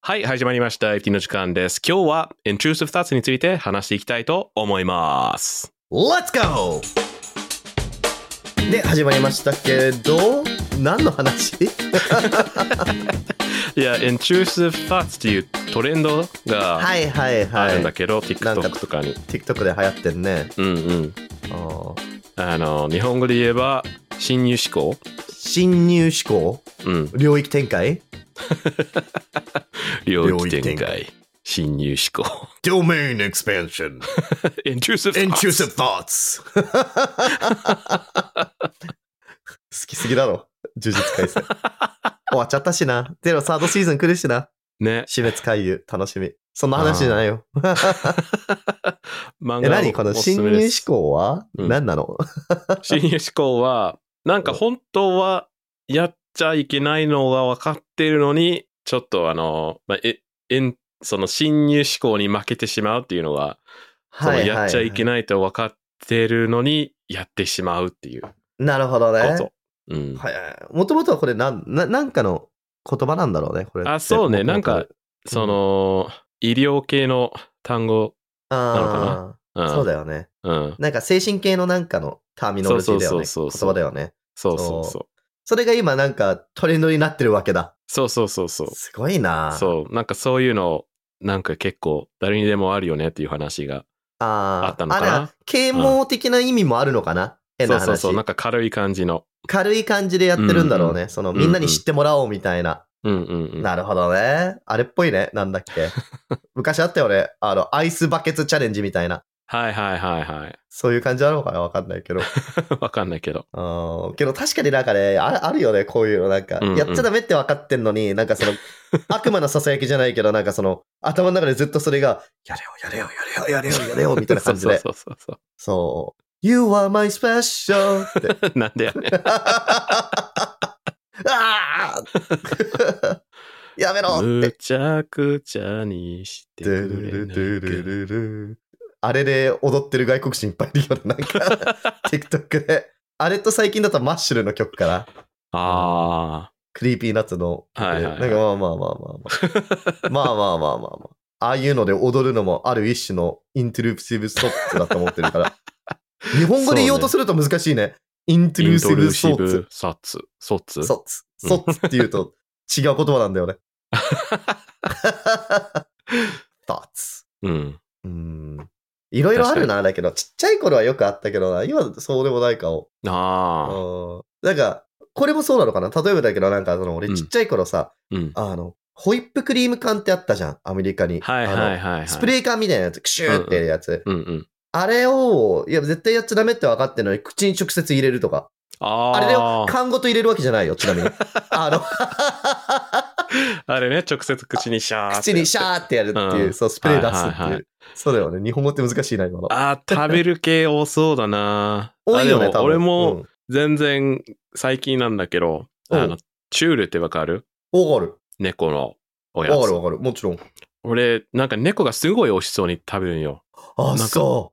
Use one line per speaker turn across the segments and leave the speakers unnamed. はい、始まりました。FT の時間です。今日は Intrusive Thoughts について話していきたいと思います。
Let's go! で、始まりましたけど、何 の話
いや、Intrusive Thoughts っていうトレンドが
はいはい
あるん
は
だ
い。
けど、
なんか
TikTok とかに。
TikTok で流行ってんね。
うんうん。
あー
あの、日本語で言えば、侵入思考
侵入思考
うん。
領域展開
領
領
域
域
展
展
開
開。
侵入 思考。
?Domain expansion.
Intrusive Thoughts。
thoughts. 好きすぎだろ。呪術 改正。終わっちゃったしな。ゼロサードシーズン来るしな。
ね。
死滅回遊、楽しみ。そんな話じゃないよ。
漫
え、
画
何こ
の
の
おす
侵
す
入
め
思
です。
考は
うん
何なの
侵入思考は、なんか本当はやっちゃいけないのが分かってるのに、ちょっとあの、まあ、え、えん、その侵入思考に負けてしまうっていうのが、そのやっちゃいけ
な
ないと分かってるのに、やってしまうっていうこ
い。なるほどね。
と。うん。
はいはい。もともとはこれなん、な、なんかの言葉なんだろうね、これって。
あ、そうね。
元
なん
々
か、、その、医療系の単語。
あー
なのうん、
そうだよね。
うん。
なんか精神系のなんかのターミノロジーだよね。
そうそうそうそう
言葉だよね。
そうそうそう。
それが今なんかトレンドになってるわけだ。
そうそうそうそう。
すごいな
そう。なんかそういうの、なんか結構誰にでもあるよねっていう話が。
あー
あったのかな
あら、啓蒙的な意味もあるのかな、変
そ
な
う
話
そうそう。なんか軽い感じの。
軽い感じでやってるんだろうね。
うん
その、みんなに知ってもらおうみたいな。
うんうんうん。
なるほどね。あれっぽいね。なんだ っけ。昔あったよね。あの、アイスバケツチャレンジみたいな。
はいはいはいはい。
そういう感じなのかなわかんない けど。
わかんないけど。
あーけど確かになんかね、あるあるよね。こういうの。なんか、
うんうん
やっちゃダメって分かってんのに、なん かその、悪魔のささやきじゃないけど、なんかその、頭の中でずっとそれが、やれよ、やれよ、やれよ、やれよ、やれよ、みたいな感じで。
そうそうそう
そう。You are my special! って。
そう。なんでやねん。
ああ やめろって
む。ちゃくちゃにして
ドゥ
く
ル
れ
ル
な
ド
い
ゥル
か
ルルあれで踊ってる外国人いっぱいいるよね、 なんか、TikTok で。あれと最近だとマッシュルの曲から、
あ
クリーピーナッツの曲
はい
で、
はい
な
は
ん
い
かまあまあまあまあまあ。まあまあまあまあまあまあ。ああいうので踊るのもある一種のイントゥルーシブソッツだと思ってる から。日本語で言おうとすると難しいね。イン
ー。
トゥ
イ
ルー
ント
シ
ルー
ブ
シ
ソッツ
ブ。ソッツ。ソッツ
ソッツ。ソッツって言うと違う言葉なん だよね。ソッツ。
うん。
うん。いろいろあるな、だけど、ちっちゃい頃はよくあったけどな、今そうでもないかも。
あ
うん。なんか、これもそうなのかな例えばだけど、なんかその、
う
俺
ん
ちっちゃい頃さ、
あ。うん。
あの、ホイップクリーム缶ってあったじゃん、アメリカに。
はいはい
あの
はいはい。
スプレー缶みたいなやつ、クシューってやるやつ。
うんうん。
あれを、いや、絶対やっちゃダメって分かってるのに、口に直接入れるとか。
あ
あ
あ。
れだよ、缶ごと入れるわけじゃないよ、ち なみに。あの、
あれね、直接口にシャーって。
口にシャーってやるっていう、
うん
そう、スプレー出すって
は
いう。
いはいはい
そうだよね、日本語って難しいな、今の。
あー食べる系多そうだな
多いよね、
あで
多
も
分。
俺も
うん、
全然最近なんだけど、
うん
あの、チュールってわかる
わかる。
猫のおや
わか
つ
る。わかる。もちろん。
俺、なんか猫がすごい美味しそうに食べるんよ。
あ、
んか
そ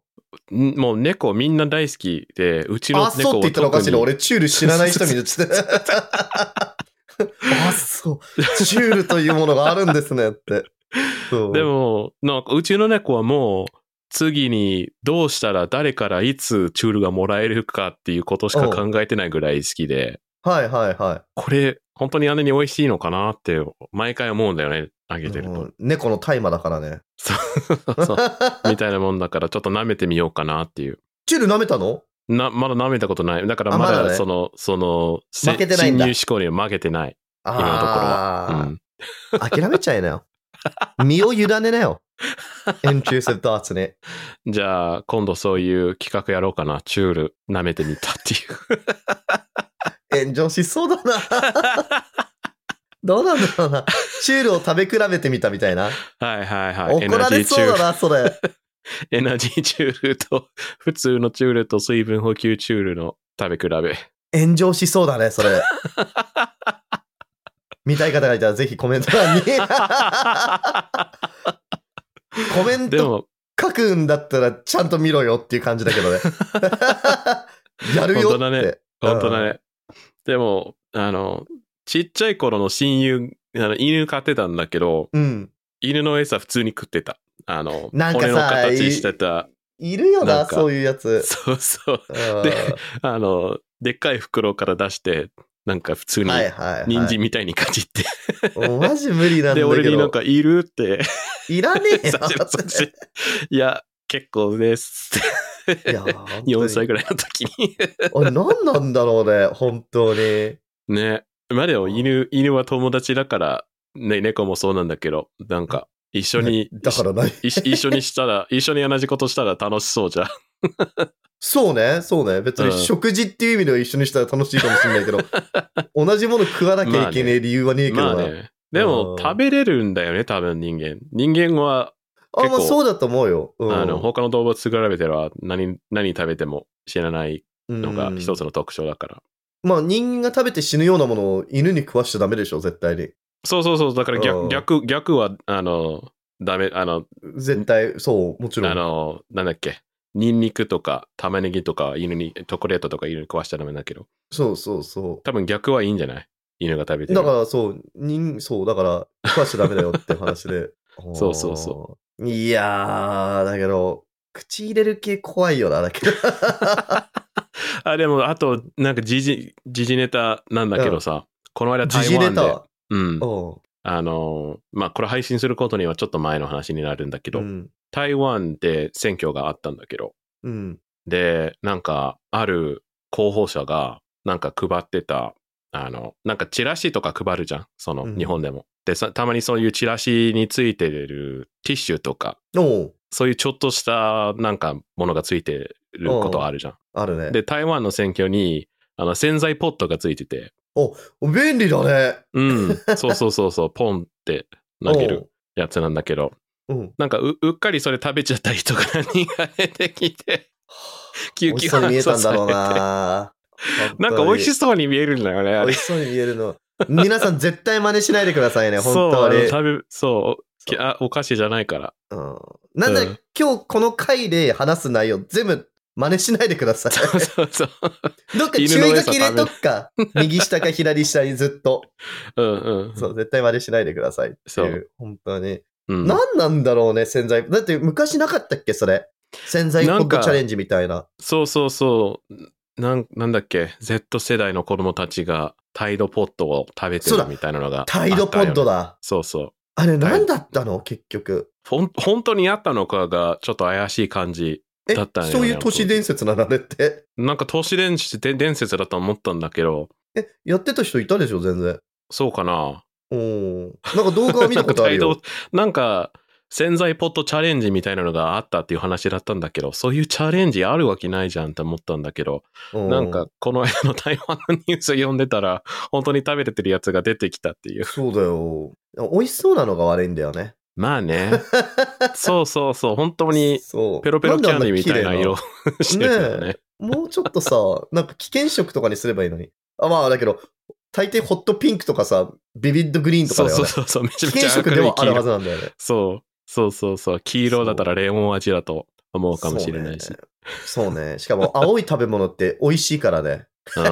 んもう猫みんな大好きで、うち
う。
の
あ、そうって
猫は
言ったらおかしいな。
特に
俺、チュール知らない人に言っちゃ って。あ、そう。チュールというものがあるんですねって。そう
で、も、なんかうちの猫はもう、次にどうしたら誰からいつチュールがもらえるかっていうことしか考えてないぐらい好きで、
はいはいは
これ、本当にあんなに美味しいのかなって、毎回思うんだよね、あ
い。
げてる
う
と。
ん猫の大麻だからね。
そうそう みたいなもんだから、ちょっと舐めてみようかなっていう。
チュール舐めたの
な、まだ舐めたことない。だから
あ
ま
まだ
だ
ね
その、その、せ
負けてないんだ
侵入思考には負けてない。
今
のところう
は
ん。
諦めちゃいなよ。身を委ねなよ。エンチューセブダーツに。
じゃあ、今度そういう企画やろうかな。チュール舐めてみたっていう。
炎上しそうだな。どうなんだろうな。チュールを食べ比べてみたみたいな。
はいはいはい。エナ
怒ら
ジ
れ
ーチ
そう
ュー
だ
ル。
な、それ。
エナジーチュール と、普通のチュールと水分補給チュールの食べ比べ。
炎上しそうだね、それ。見たい方がいたらぜひコメント 欄に。コメン
で
ト
も、
書くんだったらちゃんと見ろよっていう感じだけどね。 やる
本
よ
当
っ
だね
て。
本当だね。でも、あの、ちっちゃい頃の親友あの犬飼ってたんだけど、
うん。
犬の餌普通に食ってた。あの、
なんか
骨
さ
の形してた。
いるよ
な
な、
んか
そういうやつ。
そうそう。
うん
で あの、でっかい袋から出して、なんか普通に
はいはい、はい。
人参みたいにかじって。
もうマジ無理なんだけ
で、
ど。
俺になんかいる って。
いらねえよ
最。初 そっ ちいや、結構ですって。
いや、
4歳
らい。
ぐらいの時に。
あれ、何なんだろうね、本当に。
ね。まあでも犬、犬は友達だから、ね、猫もそうなんだけど、なんか、一緒に、
だからない。
い一緒にした ら、一緒に同じことしたら楽しそうじゃん。
そうね、そうね。別に
うん
食事っていう意味では一緒にしたら楽しいかもしれ ないけど、同じもの食わなきゃいけねえ理由はねえけど
ま
な。
あ
あ、
ね。でも、
うん
食べれるんだよね、多分人間。人間は、
あ、ま
結
あ
構
そうだと思うよ。うん、
あの、他の動物と比べては、何、何食べても知らないのが一つ
うん
の特徴だから。
まあ人間が食べて死ぬようなものを犬に食わしちゃダメでしょ、絶対に。
そうそうそう、だから
う
逆、
ん
逆、逆は、あの、ダメ、あの、
絶対、そう、もちろん。
あの、なんだっけ、ニンニクとか玉ねぎとか犬に、チョコレートとか犬に食わしちゃダメだけど、
そうそうそ
多分逆はいいんじゃない犬が食べて
う。
る。
だからそう、人、そう、だから食わしちゃダメだよって話で。。
そうそうそう
いやー、だけど、口入れる系怖いよな、だけど。
あ、でも、あと、なんか時事、時事ネタなんだけどさ、この間
時
台
事ネ
湾で、
タ。
うん、
うん
あの、まあ、これ配信することにはちょっと前の話になるんだけど、
うん。
台湾で選挙があったんだけど、
うん。
で、なんか、ある候補者が、なんか配ってた、あの、なんかチラシとか配るじゃんその、
うん
日本でも。でさ、たまにそういうチラシについてるティッシュとか、
おう
そういうちょっとした、なんか、ものがついてることあるじゃん。
あるね。
で、台湾の選挙に、あの、洗剤ポットがついてて、
便利だね。
うん、そうそうそうそう、ポンって投げるやつなんだけど、
おう。うん。
なんかう、うっかりそれ食べちゃった人が苦手てきて、
美
救
味
急
しそうに見えたんだろ
搬
う
送されて
な。
なんか美味し
そ
そうに見えるんだよね、あれ
美味。しそうに見えるの。皆さん絶対真似しないでく ださいね、本当
そうあの
に。
食べ、そうきあ、お菓子じゃない から。
うんなんだ、
うん
今日この回で話す内容全部真似しないでくださ
そう
い。
そうそう。
どっか注意
犬の餌
書き入れとくか。右下か左下にずっと。
うんうん。
そう、絶対真似しないでくださいって
そ
いうう。本当に。
うん。
何なんだろうね、洗剤。だって昔なかったっけ、それ。洗剤ポ
な
ッ
んか
トチャレンジみたいな。
そうそうそう。なん、なんだっけ ?Z 世代の子供たちがタイドポットを食べて
そう
る
だ
みたいなのが。
タイドポッド
だ。
だ。
そうそう。
あれ何だったの結局。
ほん、本当にあったのかがちょっと怪しい感じ。
え、
だったんよね
そういう都市伝説なのあれって。
なんか都市伝説で伝説だと思ったんだけど、
え、やってた人いたでしょ全然。
そうかな
おーなんか動画を見たこと あ
な
る
ん
よ
か。態度なんか、潜在ポットチャレンジみたいなのがあったっていう話だったんだけど、そういうチャレンジあるわけないじゃんって思ったんだけど、
う
なんか、この間の台湾のニュース読んでたら、本当に食べれてるやつが出てきたっていう。
そうだよ。美味しそうなのが悪いんだよね。
まあね。 そうそうそう、本当に
そう。
ペロペロキャンディーみたいな色
んであんな綺麗
してるよね。
な。もうちょっとさ、なんか危険食とかにすればいいのに。あ、まあだけど、大抵ホットピンクとかさ、ビビッドグリーンと
そう
かだよね
そう。そうそう、めちゃ
危
めち
険
ゃ明
食で
るい
はあ
黄
るは
色。
ずなんだよね。
そうそうそうそう、黄色だったらレモン味だと思うかもしれないし。
そうね。そうねしかも青い食べ物って美味しいからね。
うん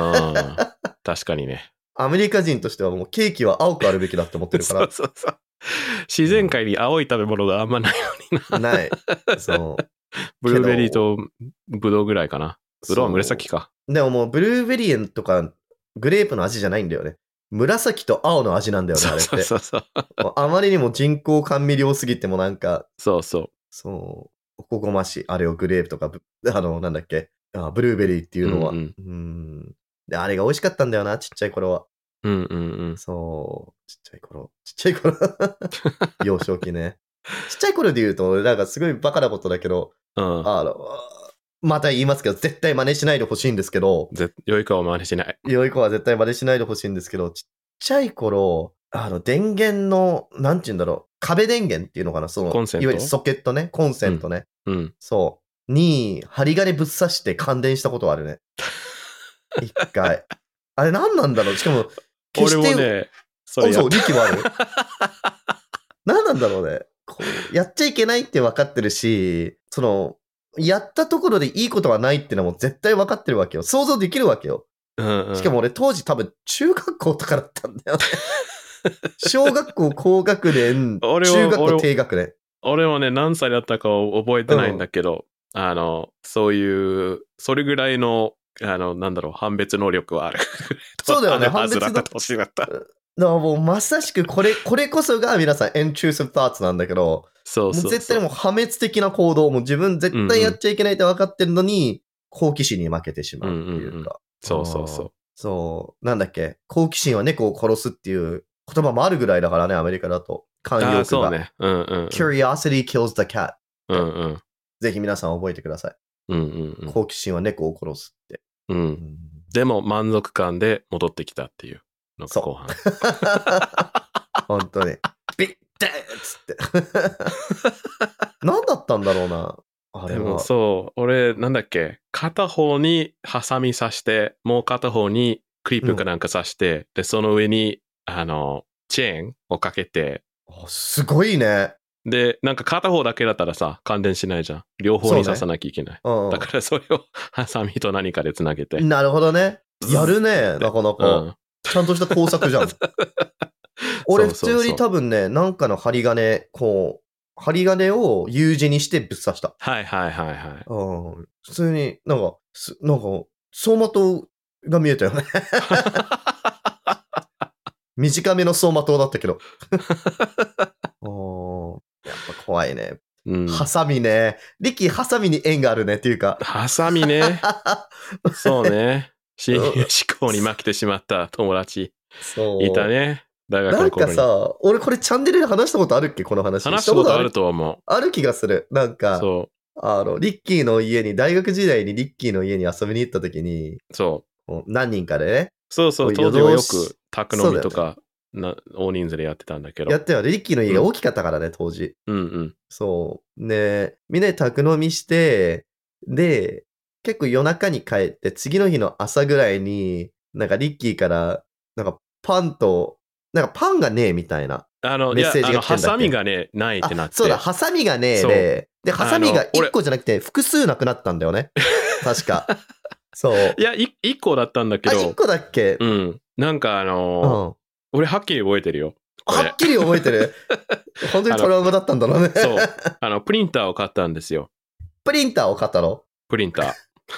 確かにね。
アメリカ人としてはもうケーキは青くあるべきだって思って る
そ
か
うそうそう。自然界に青い食べ物があんまない。
ら、ない。そう。
ブルーベリーとブドウぐらいかな。 ブドウは紫か。
でももうブルーベリーとかグレープの味じゃないんだよね。紫と青の味なんだよね、あ
そう
れって
そう。そうそう。
もうあまりにも人工甘味料すぎてもなんか、
そうそう。
そう、おこごましい、あれをグレープとか、ぶあの、なんだっけ、あブルーベリーっていうのは。
う
うんん、
うん
で、あれが美味しかったんだよな、ちっちゃい頃は。
うんうんうん。
そう、ちっちゃい頃。ちっちゃ い頃。 幼少期ね。ちっちゃい頃で言うと、俺なんかすごいバカなことだけど、
うん。
あの、また言いますけど、絶対真似しないでほしいんですけど、
ぜ良い顔真似しない。
良い子は絶対真似しないでほしいんですけど、ちっちゃい頃、あの、電源の、なんて言うんだろう、壁電源っていうのかな、その、
コンセント
いわゆるソケットね、コンセントね、
うん。
そう、に、針金ぶっ刺して感電したことはあるね。一回。あれ何なんだろうしかも、決
俺
し
も
て、
ね、それ
あ
や
そ
っ
う、力はある。 何なんだろうね。こう、やっちゃいけないって分かってるし、その、やったところでいいことはないってのはもう絶対分かってるわけよ。想像できるわけよ。
うんうん
しかも俺当時多分中学校とかだったんだよね。小学校高学年、
俺は
中学
俺
校
は
低学年。
俺もね、何歳だったかを覚えてないんだけど、あの、そういう、それぐらいの、あの、なんだろう、判別能力はある。
そうだよね
あるはずだった
判別の
年だった。
だからもうまさしくこれ、これこそが皆さん intrusive thoughts なんだけど、
そうそうそう
もう絶対もう破滅的な行動、もう自分絶対やっちゃいけないって分かってるのに、好奇心に負けてしまうってい
う
うか。
んうんんそうそうそう。
そう、なんだっけ、好奇心は猫を殺すっていう言葉もあるぐらいだからね、アメリカだと。慣
あ
用
あ、
句
そう
が。
ね。うんうん。
Curiosity kills the cat.
うんうん。
ぜひ皆さん覚えてください。
うんうん
好奇心は猫を殺すって。
うん。うん。でも、満足感で戻ってきたっていうのが
そう
後半。
本当 に。ビッデーっつって。 何だったんだろうな。あれ
でも
は。
そう、俺、なんだっけ、片方にハサミ刺して、もう片方にクリップかなんか刺して、で、その上に、あの、チェーンをかけて、
あすごいね。
で、なんか片方だけだったらさ、感電しないじゃん。両方に刺さなきゃいけない。
うん
だからそれを ハサミと何かでつなげて。
なるほどね。やるね、なかな
う
か。
ん。
ちゃんとした工作 じゃん。俺普
そうそう
通
そう
に多分ね、なんかの針金、こう、針金を U 字にしてぶっ刺した。
はいはいはいはい。
うん、普通になんか、すなんか、走馬灯が見え たよね。短めの走馬灯だった けど。うんやっぱ怖いね。
うん。
ハサミね。力ハサミに縁があるねっていうか。
ハサミ ね。そうね。侵入思考に負けてしまった友達
そう。
いたね。大学
なん
の頃
か
に。
さ、俺これチャンネルで話したことあるっけこの話。
話したことある
し
と思
たことあるある気がする。なん
う。
か、
そ
あの、リッキーの家に、大学時代にリッキーの家に遊びに行った時に、
う。そう。
こう何人かでね、
そうそう、
こう
当時はよ
夜通
く
し
宅飲みとか、な大人数でやってたんだけど。
やったよね。リッキーの家が大きかったからね、当時。
うんうん。
そう。ね、みんなで宅飲みして、で、結構夜中に帰って、次の日の朝ぐらいに、なんかリッキーから、なんかパンと、なんかパンがねえみたいな。
あの、い
メッ
や、
セー
あ
ジ
の、
が来てんだっけ
ハサミがね、ないってなっ
あ
て。
そうだ、ハサミがねえ
そう
で、で、ハサミ
あ
が
の俺
1個じゃなくて、複数なくなったんだよね。確か。そう
い。や、い一個だったんだけ
あ、1
ど、
個だっけ
うん。なんかあ
う
のー
ん。
俺はっきり覚えてるよ。こ
は
れ
っ。きり覚え てる。本当にトラウマだったんだろうね。
そう。あの、プリンターを買ったんですよ。
プリンターを買ったの
プリンター。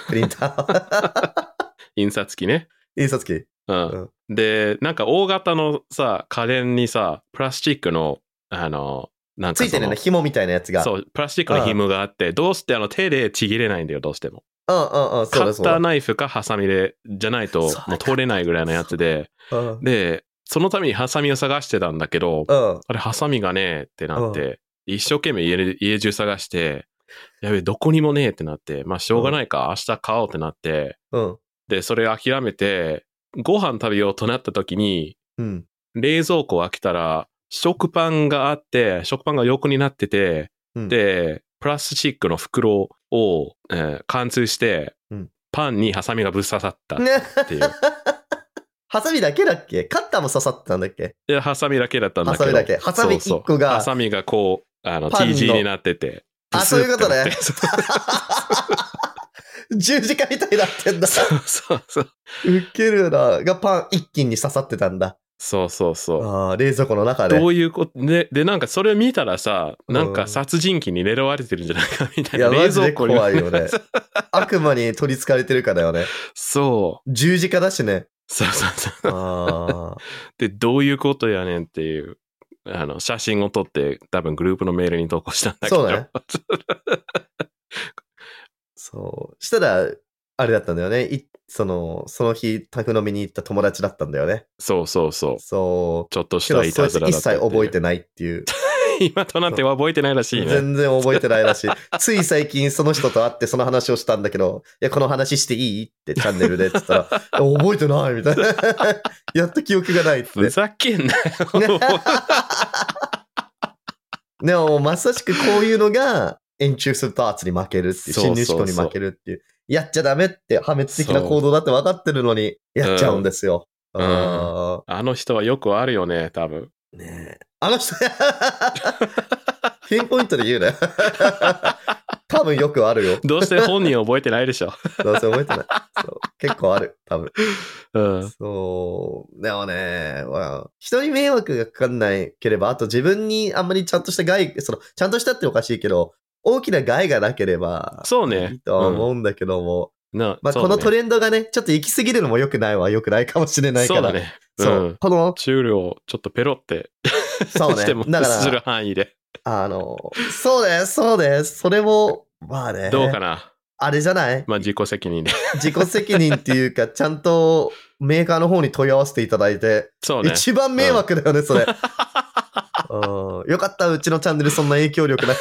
プリンタ ー。
印刷機ね。
印刷機。
うん。で、なんか大型のさ、家電にさ、プラスチックの、あのー、なんか
つ
その
いてるね、紐みたいなやつが。
そう、プラスチックの紐があって、どうしてあの手でちぎれないんだよ、どうしても。
うんうんうん、そう
カ
だ
ッ
そう
ター
だ。
ナイフかハサミで、じゃないと
そうだ
もう通れないぐらいのやつで、
うん
で、そのためにハサミを探してたんだけど、
うん。
あれハサミがねえってなって、一生懸命家で家中探して、やべえ、どこにもねえってなって、まあしょうがないか、明日買おうってなって、
うん。
で、それ諦めて、ご飯食べようとなった時に、
うん。
冷蔵庫を開けたら、食パンがあって、食パンが横になってて、
うん、
で、プラスチックの袋を、えー貫通して、
うん
パンにハサミがぶっ刺さった。
ね、
っていう。
ハサミだけだっけカッターも刺さってたんだっけ
いや、ハサミだけだったんだけど。
ハサミだけハサミ
そうそう
一個が
ハサミがこう、あの、
パンの
T 字になってて。
あ
ブスってなって
そういうことね
そう
十字架みたいになってんだ。
そうそう。
ウケるな。がパン一斤に刺さってたんだ。
そうそうそう。
ああ、冷蔵庫の中で
ど。ういうことで、で、なんかそれを見たらさ、なん
う
か
ん
殺人鬼に狙われてるんじゃないかみた
い
いな。
や、マジで
に
怖い よね。悪魔に取り憑かれてるかだよね。
そう。
十字架だしね。
そうそうそう。
ああ。
で、どういうことやねんっていう、あの、写真を撮って、多分グループのメールに投稿したんだけど。
そうだね。そう。したら、あれだったんだよね。いその、その日、宅飲みに行った友達だったんだよね。
そうそうそう。
そ
ちょっと
う。
し
け
た
ど、
い
そ
た
いつ
ずら
一
だった
切覚えて
ない。
ないっ ていう。
今となっては覚えてないらしいね。
全然覚えてないらしい。つい最近その人と会ってその話をしたんだけど、いや、この話していいってチャンネルでって言ったら、いや 覚えてないみたいな。やった記憶がないって。
ふざけんなよ。
でも、まさしくこういうのが、エンチュースパーツに負けるっていう、
そうそ
侵
うそう
入思考に負けるっていう。やっちゃダメって、破滅的な行動だって分かってるのに、やっちゃうんですよ。
うん
あ
あの人はよくあるよね、多分。
ーねえあの人、ピンポイントで言うね。多分よくあるよ。
どうして本人覚えてないでしょ。
どうせ覚えてない。そう結構ある、多分。
うん。
そう。でもね、まあ、人に迷惑がかかんないければ、あと自分にあんまりちゃんとした害、その、ちゃんとしたっておかしいけど、大きな害がなければ、
そうね
いいとは思うんだけども、
な、
まあ、
そう
こ
だ
の
ね
トレンドがね、ちょっと行き過ぎるのも良くないわ、良くないかもしれないか
そ
ら。
うだね。
そう
うん
この、
中量、ちょっとペロって、
そ う
しても
ね。だ
す
か
る
ら、
範囲で。
あの、そうです、そうです。それも、まあね、
どうかな。
あれじゃない
まあ、自己責任で。
自己責任っていうか、ちゃんとメーカーの方に問い合わせていただいて、
そうね。
一番迷惑だよね、それ。 うんよかった、うちのチャンネルそんな影響力なく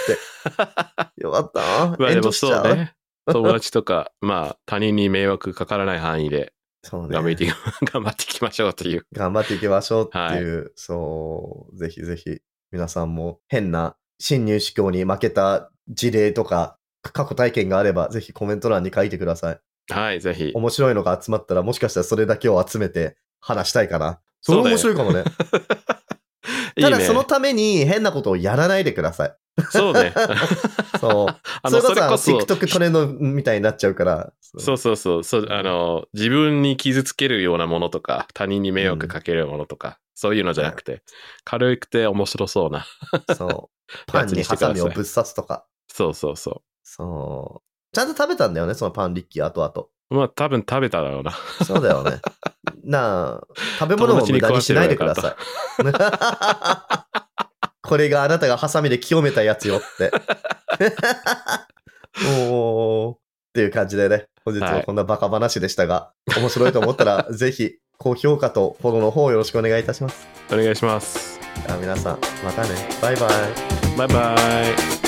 て。よかった。
まあ、で
炎上
も
しちゃ。
そううね。 友達とか、まあ、他人に迷惑かからない範囲で、
そうね
頑張っていき 頑張っていきましょうという。
頑張っていきましょうっていう、そう、ぜひぜひ、皆さんも変な新入試行に負けた事例とか、過去体験があれば、ぜひコメント欄に書いてください。
はい、ぜひ。
面白いのが集まったら、もしかしたらそれだけを集めて話したいかな。そ
そ
れ
うだ
面
よ
白いかもね。
いい
た
ね
だ、そのために変なことをやらないでください。
そう ね。
そう。
あの、
それ
それこ
こそ
そ、
TikTok トレンドみたいになっちゃうから。
そうそうそうそう、あの、自分に傷つけるようなものとか、他人に迷惑かけるものとか、そういうのじゃなくて、軽くて面白そうな。
そう。 パンにハサミをぶっ刺すとか。
そうそうそ
そう。ちゃんと食べたんだよね、そのパンリッキー、後々。
う。まあ、多分食べただろうな。
そうだよね。なあ、食べ物も無駄にしないでください。 これがあなたがハサミで清めたやつよって。 おー。っていう感じでね、本日はこんなバカ話でしたが、面白いと思った ら、ぜひ、高評価とフォローの方よろしくお願いいたします。
お願いします。
では皆さん、またね。バイバイ。
バイバイ。